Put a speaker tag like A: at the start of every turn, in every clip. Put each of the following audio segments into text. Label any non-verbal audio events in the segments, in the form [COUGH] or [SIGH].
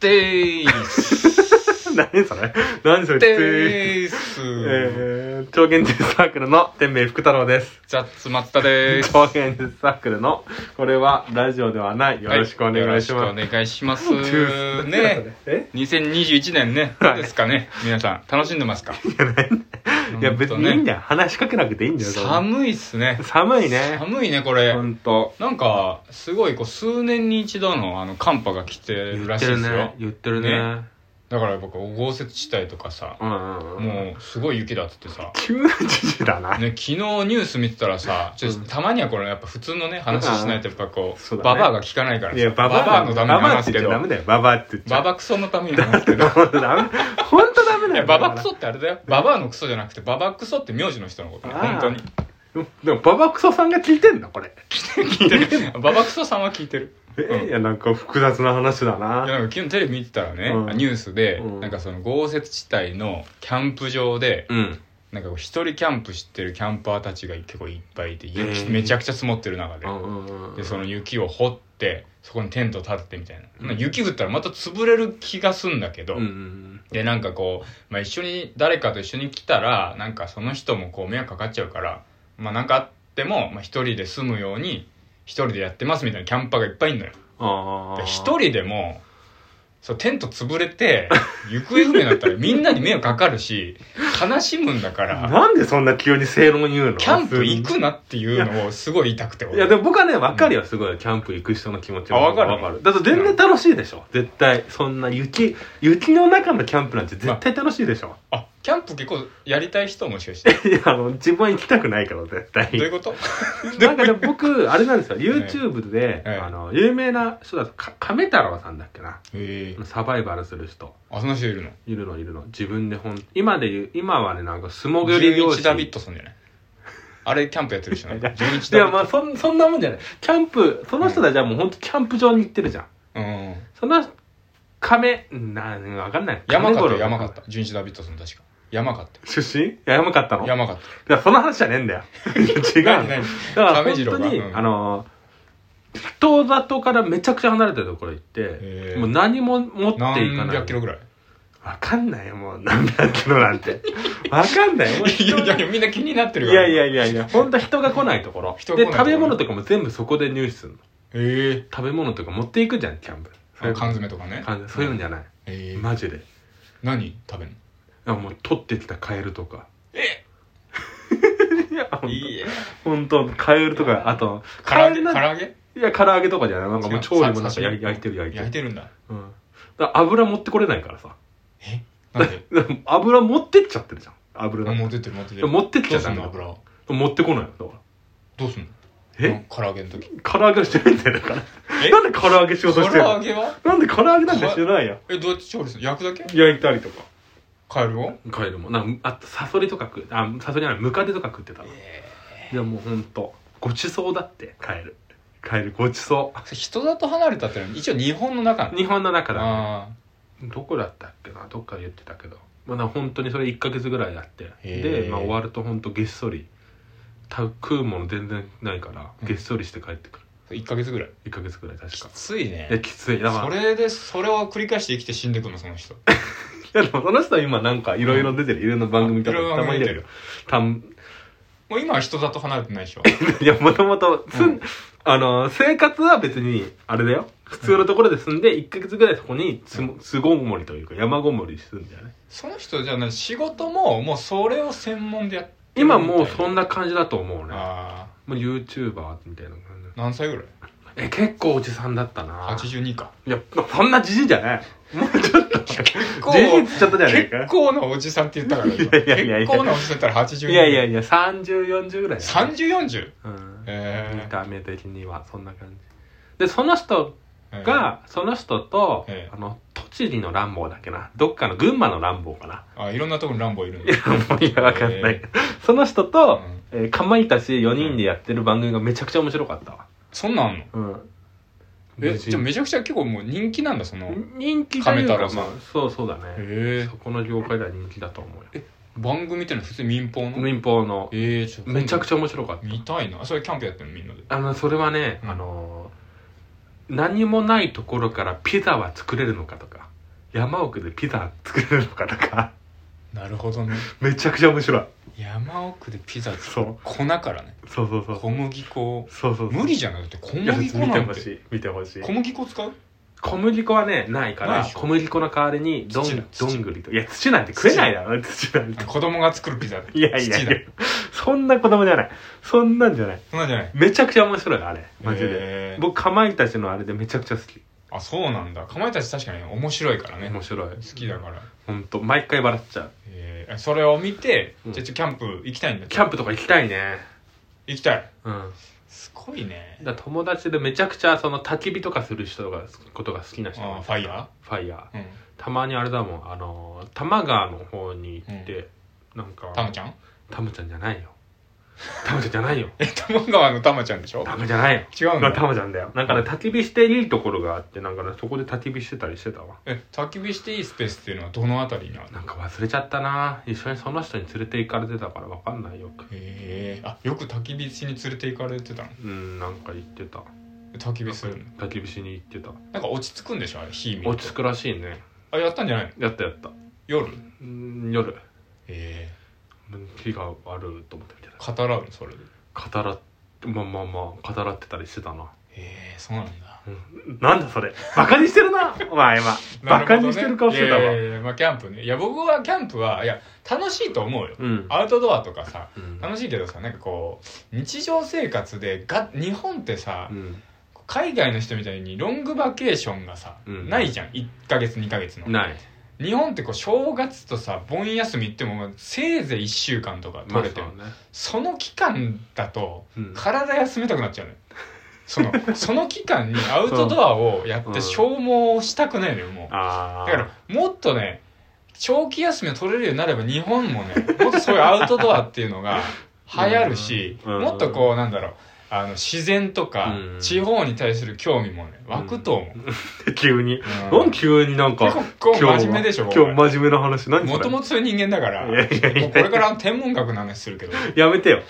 A: でーす。
B: [LAUGHS] 何それ何それ
A: でーす。
B: えー、超現実サークルの天命福太郎です。
A: ザッツ松田でーす。
B: 超現実サークルの、これはラジオではない。よろしくお願いします。
A: はいよろしくお願いします。
B: ト [LAUGHS] ゥース
A: ね
B: え
A: 2021年ね、どうですかね皆さん、楽しんでますか
B: いや、
A: ほん
B: 別
A: と
B: に
A: ね
B: いいんだよ。話しかけなくていいんだよ。それ
A: 寒いっすね。
B: 寒いね。
A: 寒いね、これ
B: ほ。んと。
A: なんか、すごい、こう、数年に一度の、あの、寒波が来てる
B: 言
A: ら
B: っ
A: していで
B: る
A: すよ
B: ね。。言ってるね
A: ね。だから僕、豪雪地帯とかさ、
B: うんうんうん。
A: もう、すごい雪だっつってさ、
B: 急な時事だな。
A: ね、昨日ニュース見てたらさちょっと
B: うん
A: たまにはこれやっぱ普通のね話しないとやっぱこう
B: そうだ
A: バ
B: ね
A: バアが聞かないから
B: い
A: さ
B: や、ババ
A: バア
B: ア
A: の
B: の
A: た
B: ダ
A: めに
B: メババア
A: 話
B: っ
A: す
B: て
A: け
B: 言っち
A: ど
B: ゃダメだよ。ババアって言っちゃ
A: ババクソのために話すけど
B: ほんとダメ。ほんとダメ
A: い
B: だ
A: や
B: よ。
A: ババクソってあれだよババアのクソじゃなくてババクソって名字の人のことね
B: あ
A: 本
B: ー
A: 当に
B: でもでも、ババクソさんが聞いてんだ、これ。
A: 聞いて
B: [LAUGHS]
A: るババクソさんは聞いてる
B: え
A: うん
B: いや、なんか複雑な話だ
A: いや
B: な。
A: なんか昨日テレビ見てたらね、
B: うん
A: ニュースで、
B: うん
A: なんかその豪雪地帯のキャンプ場で、
B: うん。
A: なんかこう一人キャンプしてるキャンパーたちが結構いっぱいいて、雪
B: うん
A: めちゃくちゃ積もってる中で、
B: うんうんうん。
A: でその雪を掘ってそこにテント立ってみたいな、
B: うん
A: まあ雪降ったらまた潰れる気がすんだけど、
B: うんうん
A: でなんかこう、まあ、一緒に誰かと一緒に来たらなんかその人もこう迷惑かかっちゃうからまあなんかあっても、まあ、一人で住むように一人でやってますみたいなキャンパーがいっぱいいんのよ
B: あ
A: で
B: あ。
A: 一人でもそうテント潰れて [LAUGHS] 行方不明になったらみんなに迷惑かかるし悲しむんだから
B: なんでそんな急に正論言うの
A: キャンプ行くなっていうのをすごい言いたくて
B: いや、
A: 俺
B: でも僕はね、わかるよ、すごい。キャンプ行く人の気持ち
A: あわかる
B: わかる。だって全然楽しいでしょ。絶対。そんな雪、雪の中のキャンプなんて絶対楽しいでしょ。
A: あキャンプ結構やりたい人もしかして
B: [LAUGHS] いや、あの、自分は行きたくないから、絶対。
A: どういうこと
B: なんかでも僕、あれなんですよ、YouTube で、
A: ええ
B: あの、有名な人だと、か亀太郎さんだっけな。
A: ええ
B: サバイバルする人。
A: あそんな人いるの
B: いるのいるの。自分でほん、今で言う、今はね、なんか、素潜り漁師。
A: 11ダビットソンじゃないあれキャンプやってる人なんだ11ダビッ
B: いや、
A: ト
B: まあ、そん、そんなもんじゃない。キャンプ、その人たちはもうほんとキャンプ場に行ってるじゃん。
A: ソンうん
B: その、亀、なん、わかんない。
A: 山
B: 亀五
A: 形
B: 郎
A: 山形。11ダビットソン確か山形
B: 出身いや山形のい
A: 山形
B: や、その話じゃねえんだよ。違うの。
A: 何何
B: だから
A: 亀
B: 本
A: 次
B: 当
A: 郎が
B: に、
A: うん
B: あの人里からめちゃくちゃ離れたところ行って
A: へえ
B: もう何も持っていかない
A: 何百キロぐらい
B: わかんないよもう何百キロなんてわかんないよもう
A: いやいやみんな気になって
B: い
A: るから
B: やいやいやいや本当人が来ないところ
A: 人が来
B: で
A: ないとこ
B: 食
A: ろ
B: べ物とかも全部そこで入手するの
A: ええ
B: 食べ物とか持っていくじゃんキャンプ
A: あ缶詰とかね
B: 缶詰そういうのじゃない、
A: ええ
B: マジで
A: 何食べんの
B: あもう取ってきたカエルとか
A: え
B: いやほんと
A: いえ
B: 本当カエルとかあと
A: 唐揚げ
B: な
A: 唐
B: ん
A: 揚げ
B: いや唐揚げとかじゃないなんかもう調理もなくて
A: 違う
B: 焼い焼いてる焼いてる
A: 焼いてるんだ
B: うん。だから油持ってこれないからさ。
A: えなん
B: [LAUGHS]
A: で
B: 油持ってっちゃってるじゃん。油
A: あ
B: だ
A: 持ってってる持ってって
B: で
A: る
B: 持ってっち
A: ど
B: ゃ
A: う
B: う
A: す
B: ダ
A: んの
B: メだ
A: 油を
B: 持ってこないよ。だか
A: どうすんの
B: え
A: うん唐揚げの時
B: ら。唐揚げしてないんだよ、だから。
A: え
B: なんで唐揚げしようと
A: 唐
B: してる
A: 揚
B: の
A: げは
B: なんで唐揚げなんてしてないよ。
A: えどうやって調理するの焼くだけ
B: 焼いたりとか。
A: カエルを
B: カエルも。なんか、あと、サソリとか食う。あ、サソリじゃない、ムカデとか食ってたの。いや、もうほんと。ごちそうだって、カエル。カエル、ごちそ
A: それ人里離れたってのは一応日本の中な
B: う。
A: の
B: 日本の中だ、ね。
A: あ
B: どこだったっけなどっかで言ってたけど。まあ、本当にそれ1ヶ月ぐらいやって。
A: へー
B: で、まあ、終わるとほんとげっそり。た食うもの全然ないから、
A: うん
B: げっそりして帰ってくる。
A: あ1ヶ月ぐらい
B: 1ヶ月ぐらい確
A: き
B: か。
A: つい
B: いや、
A: ね
B: きつい。だ
A: そ
B: から、い
A: れでそれを繰り返して生きて死んでくのその人
B: や、でもその人は今なんかいろいろ出てる。いろんな番組とか
A: いろいろ
B: たまに出てる。たん、
A: もう今は人里離れてないでしょ
B: いや、もともと、す、
A: うん
B: あの、生活は別に、あれだよ。普通のところで住んで、1ヶ月ぐらいそこにす、巣ごもりというか、山ごもりするんだよね。
A: その人じゃあ何仕事ももうそれを専門でやってる
B: 今もう
A: みたい
B: そんな感じだと思うね。
A: あ
B: もう YouTuber みたいな感じ。
A: あ何歳ぐらい
B: え、結構おじさんだったな。
A: 82か
B: いや、そんなじじいじゃない。もうちょっと。じ
A: 構
B: じいっつっちゃったじゃない
A: 結
B: か。
A: 構なおじさんって言ったから今
B: いやいやいや
A: 結構なおじさんだったら
B: い
A: 82
B: やいやいや、30、40ぐらいだね。
A: 3040
B: うん。見
A: え
B: た目的には、そんな感じ。で、その人
A: え
B: が、その人と、
A: ええ
B: あの、栃木の乱暴だっけな。どっかの群馬の乱暴かな。
A: あいろんなとこにランボーいるん
B: い
A: だ
B: や、もういや、わかんない。その人と、
A: うん
B: えーかまいたち4人でやってる番組がめちゃくちゃ面白かったわ。
A: そんなんあんの
B: うん。
A: えじゃあめちゃくちゃ結構もう人気なんだその
B: 人気という
A: 亀太
B: か、
A: 郎さ
B: ま
A: ん
B: あ、そうそうだね。
A: ええ
B: そこの業界では人気だと思うよ。
A: 番組ってのは普通に民放の
B: 民放の、
A: ええちょっと
B: めちゃく
A: ち
B: ちゃ面白かっ
A: 見たいなそれキャンプやってるのみんなで
B: た。あの、それはね、
A: うん
B: あのー何もないところからピザは作れるのかとか山奥でピザ作れるのかとか
A: なるほどね
B: めちゃくちゃ面白い
A: 山奥でピザ作
B: そ
A: る
B: う
A: 粉からね
B: そうそうそう
A: 小麦粉を
B: そうそうそう
A: 無理じゃなくて小
B: いや
A: 麦
B: 見
A: 粉
B: て
A: なん
B: ほ
A: て
B: しい見てほしい
A: 小麦粉使う
B: 小麦粉はねないか
A: ない
B: ら
A: でしょ
B: 小麦粉の代わりにどん
A: 土だ土
B: どんぐりといや土なんて食えないだろ土なんて
A: 子供が作るピザ
B: いやいやい
A: 土
B: や
A: だ
B: そんな子供じゃないそんなんじゃない
A: そんなんじゃない
B: めちゃくちゃ面白いあれマジで
A: へー
B: 僕かまいたちのあれでめちゃくちゃ好き
A: あそうなんだかまいたち確かに面白いからね
B: 面
A: 好
B: 白い
A: きだから
B: 本当毎回笑っちゃう
A: えーそれを見て
B: うん
A: じゃあちょキャンプ行きたいんだ
B: キャンプとか行きたいね
A: 行きたい
B: うん
A: すごいね
B: だから友達でめちゃくちゃその焚き火とかする人がことが好きな人
A: あーファイヤ
B: ファイヤー
A: ーうん
B: たまにあれだもんあのー多摩川の方に行って、なんか
A: タマちゃん [LAUGHS]
B: タムちゃんじゃないよタムちゃんじゃないよ
A: え玉川のタマちゃんでしょ
B: タムじゃないよ
A: 違うん
B: まあ
A: だ
B: タムちゃんだよなんかね焚き火していいところがあってなんかねそこで焚き火してたりしてたわ
A: え焚き火していいスペースっていうのはどのあたりにあるの
B: なんか忘れちゃったな一緒にその人に連れて行かれてたから分かんないよく
A: へえあよく焚き火しに連れて行かれてたの
B: うんなんか言ってた
A: 焚き火するの
B: 焚き火しに行ってた
A: なんか落ち着くんでしょあれ火見ると
B: 落ち着くらしいね
A: あやったんじゃないの
B: やったやった
A: 夜
B: うん夜
A: ええ
B: うん火があると思って見てた
A: 語らうのそれで
B: 語らまあまあまあ語らってたりしてたな
A: ええそうなんだ
B: うんなんだそれバカにしてるなお前今バカにしてる顔してたわ、
A: いやいやいやまあキャンプねいや僕はキャンプはいや楽しいと思うよ
B: うん
A: アウトドアとかさ
B: うん
A: 楽しいけどさなんかこう日常生活でが日本ってさ
B: うん
A: 海外の人みたいにロングバケーションがさ、
B: うん
A: ないじゃん1ヶ月2ヶ月の
B: ない
A: 日本ってこう正月とさ盆休み行ってもせいぜい1週間とか
B: まあ
A: 取れてる、
B: そうね
A: その期間だと
B: うん
A: 体休めたくなっちゃう
B: [LAUGHS]
A: のよそのその期間にアウトドアをやっ
B: う
A: て
B: ん
A: 消耗したくないのよもう
B: ああ
A: だからもっとね長期休みを取れるようになれば日本もねもっとそういうアウトドアっていうのが流行るし、
B: うん
A: もっとこうなんだろうあの自然とか
B: うん
A: 地方に対する興味もね湧くと思う、
B: [LAUGHS] 急に
A: うん
B: なん急になんか
A: 結構真面目でしょ
B: 今日は今日真面目な話何そ
A: も
B: れ
A: ともとそういう人間だから
B: いやいやいや
A: もうこれから天文学の話するけど [LAUGHS] い
B: やめてよ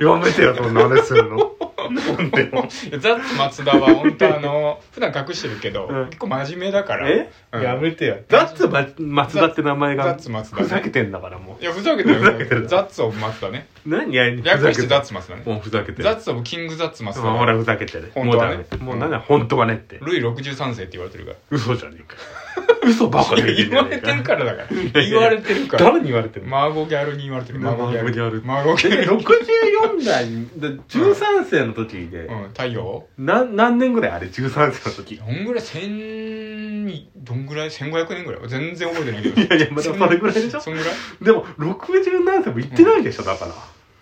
B: やめてよそんな話するのなんでよ
A: やザッツ松田は本当あ
B: [LAUGHS]
A: の普段隠してるけど、
B: うん
A: 結構真面目だから
B: え、
A: うん
B: やめてよザッツマ松田って名前
A: ザッ
B: が
A: ツ松田、
B: ふざ
A: ね、
B: けてんだからも
A: いやふざけてる
B: ふざけてる
A: ザッツオブ松田ね
B: う何や
A: 略してザッ
B: ツ
A: ツ松田ね
B: もうふざけてる
A: ザッツオブキングザッツ松田、
B: ほらふざけてる
A: 本当はね
B: もうダメもう何だ本当はねって
A: ルイ63世って言われてるから
B: 嘘じゃねえか
A: [LAUGHS]
B: 嘘ばっかり
A: 言われてるからだから
B: [LAUGHS] いや
A: 言われてるから
B: 誰に言われてるの
A: 孫ギャルに言われてる孫ギャル
B: 孫ギャル
A: 孫ギ [LAUGHS] ャル
B: 64代で13世の時で、
A: うん太陽
B: な何年ぐらいあれ13世の時い
A: どんぐらい千どんぐらい1500年ぐらい全然覚えてないけど
B: やいやまだそれぐらいでしょ
A: そんぐらい
B: でも60何世も行ってないでしょだから
A: い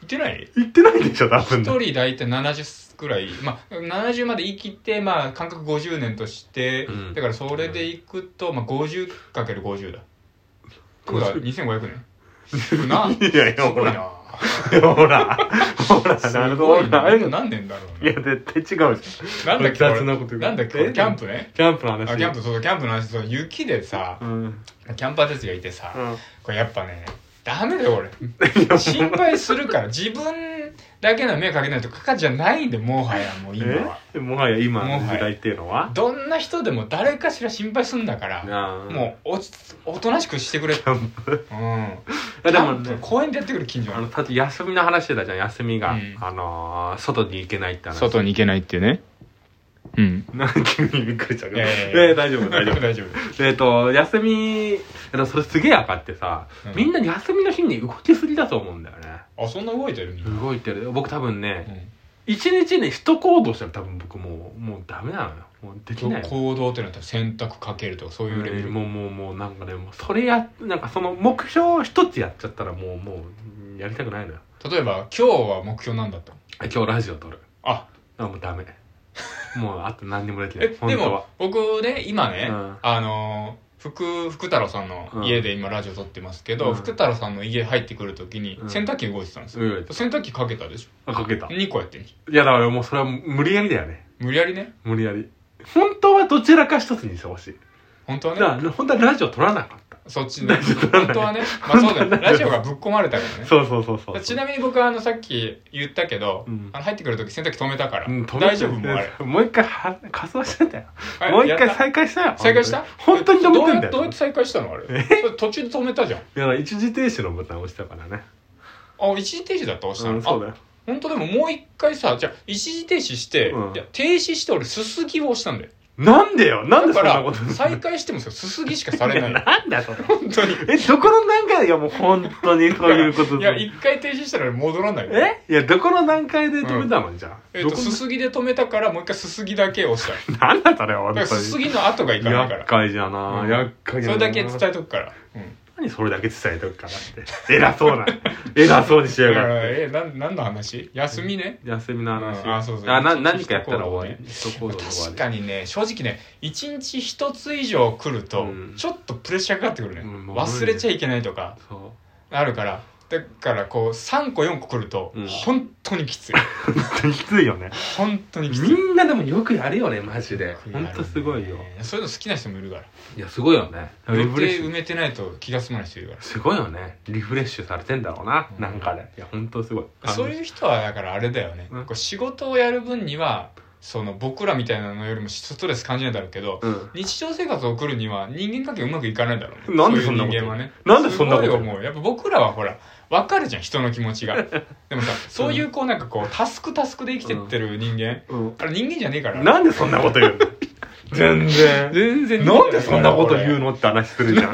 A: ってない
B: 行ってないでしょ多分
A: 一人大体70くらい、まあ、70まで生きて、まあ、間隔50年として、
B: うん
A: だからそれでいくと、まあ、50×50 だってことは2500年
B: [LAUGHS]
A: ない
B: やいや
A: す
B: ほ
A: ごい
B: ら
A: な
B: ほらほらなるほど
A: すごいな
B: な
A: あれ何年だろう
B: いや
A: ね
B: 絶対違うじゃ
A: な
B: ん
A: んだっけこれ
B: 雑なこと言う
A: なんだっけこれ
B: え
A: キャンプね
B: キャンプの話
A: あキャンプそうそうキャンプの話そう雪でさ
B: うんうん
A: キャンパーたちがいてさ、これやっぱねダメだよ
B: や [LAUGHS]
A: 俺心配するから自分だけの目かけないとかかじゃないんでもはやもう今は
B: えもはや今の時代っていうのは
A: どんな人でも誰かしら心配すんだから
B: なあ
A: もう落ち着おとなしくしてくれ
B: キャンプ
A: うん
B: いやでもね
A: キャンプ公園でやってくる近所
B: あのさっき休みの話してたじゃん休みが、
A: うん
B: あのー外に行けないって話
A: に行けないっていうねうん
B: なんか急にびっくりした
A: い
B: けど
A: やいや
B: え
A: いや
B: ー大丈夫大丈
A: [LAUGHS]
B: 夫
A: 大丈夫
B: えっと休みあのそれすげえ分かってさ、
A: うん
B: みんな休みの日に動きすぎだと思うんだよね
A: あそんな動いてるみんな
B: 動いてる僕多分ね
A: うん
B: 一日ね一行動したら多分僕もうもうダメなのよもうできないの
A: 行動っていうのは選択かけるとかそういうレベル
B: もうもうもうなんかねもうそれやなんかその目標一つやっちゃったらもうもううんやりたくないのよ
A: 例えば今日は目標なんだったの
B: あ今日ラジオ撮る
A: あ
B: あも
A: [LAUGHS]
B: うダメもうあと何にもできな
A: え
B: い本
A: で
B: 当
A: も
B: は
A: 僕ね今ね、
B: うん
A: あのー福福太郎さんの家で今ラジオ撮ってますけど、
B: うん
A: 福太郎さんの家入ってくるときに
B: うん
A: 洗濯機動いてたんですよ、
B: うん
A: 洗濯機かけたでし
B: あかけた
A: ょ2個やってんじ
B: いやだからもうそれは無理やりだよね
A: ゃん無理やりね
B: 無理やり本当はどちらか一つにしてほしい
A: 本当は
B: だ
A: ね
B: [LAUGHS] から本当はラジオ撮らなかった
A: そっちね
B: 大丈夫
A: 本当はねまあそうだよねラジオがぶっ込まれたからね
B: そうそうそうそう
A: ちなみに僕はあのさっき言ったけど、
B: うん
A: あの入ってくる時洗濯機止めたから、
B: うん止めて
A: 大丈夫もうあれ
B: [LAUGHS] もう一回は仮装してたよ
A: あれ
B: [LAUGHS] もう一
A: やっ
B: 回
A: た
B: 再開したよ
A: 再開した
B: 本当に止めてんだ
A: どうやどうや
B: よ
A: って再開したのあれ途中で止めたじゃん
B: いや一時停止のボタン押したからね
A: あ一時停止だった押した
B: う
A: の、
B: んそうだよ
A: あ本当でももう一回さじゃあ一時停止して、
B: うん
A: いや停止して俺すすぎを押したんだよ
B: なんでよなんで
A: だ
B: [LAUGHS]
A: か
B: そんな
A: ら
B: ことす
A: 再開してもさすすぎしかされな
B: る
A: いい
B: や [LAUGHS] なんだそれ
A: 本当に
B: えどこの段階よもう本当にそういうこと
A: いや一回停止したら戻らない
B: えいやどこの段階で止めたのじゃあ
A: えっ
B: ど
A: と
B: こ
A: すすぎで止めたからもう一回すすぎだけ押しただ
B: なんだそれ本
A: から
B: 当
A: すす
B: に
A: ぎの後がいかないか
B: 厄
A: ら
B: 介じゃな
A: うん
B: 厄介
A: そ
B: じゃ
A: れ
B: な
A: だけ伝えとくから、うん、
B: 何それだけ伝えとくからって [LAUGHS] 偉そうな偉そうにしや
A: だか
B: がっ
A: ら
B: て
A: えなん何の話休みね、
B: 休みの話、
A: うんあそうそう
B: あな
A: 一日
B: 何かやったら終わ
A: 一
B: り一行動で終
A: 確
B: わ
A: かにね正直ね1日1つ以上来ると
B: うん
A: ちょっとプレッシャーかかってくるね、
B: うんもう無理
A: 忘れちゃいけないとか
B: りそ
A: あるからだからこう3個4個来ると
B: うん
A: 本当にきつい、
B: う本当にきついよね
A: 本当にきつ
B: [LAUGHS] み
A: い
B: んなでもよくやるよねマジで [LAUGHS] 本当すごいよ
A: そういうの好きな人もいるから
B: いやすごいよね
A: 予
B: リフレッシ
A: 定
B: ュ
A: 埋めてないと気が済まない人いるか
B: すごいよねリフレッシュされてんだろうな、
A: うん
B: なんかでいや本当すごい
A: らそう
B: う
A: いう人はだからあれだよね、
B: うん
A: こう仕事をやる分にはその僕らみたいなのよりもストレス感じないだろうけど、
B: うん
A: 日常生活を送るには人間関係うまくいかないだろうね
B: なんでそんなこと
A: そういう人間はね
B: なんでそんなこと
A: すごい思うやっぱ僕らはほら分かるじゃん人の気持ち
B: [LAUGHS]
A: がでもさそういうこうなんかこうタスクタスクで生きてってる人間、
B: うん
A: あれ人間じゃねえから
B: なんでそんなこと言うの [LAUGHS] 全然
A: 全然
B: なんでそんなこと言う
A: の
B: のって話するじゃ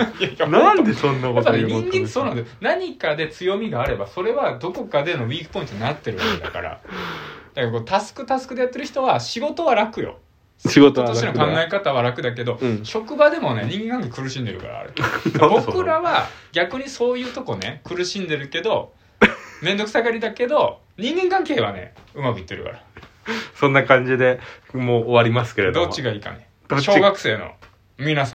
B: んなんでそんな
A: や
B: こ
A: っぱ
B: と
A: ね
B: 言うの
A: 人間そうなん
B: だ
A: だよ何かで強みがあればそれはどこかでのウィークポイントになってるわけだからだからこうタスクタスクでやってる人は仕事は楽よ
B: 仕事
A: 人としての考
B: [LAUGHS]
A: え方は楽だけど、
B: うん
A: 職場でもね人間関係苦しんでるからあれ僕らは逆にそういうとこね苦しんでるけど面倒くさがりだけど人間関係はねうまくいってるから
B: そんな感じでもう終わりますけれども
A: どっちがいいかね
B: どっち
A: 小学生の皆さん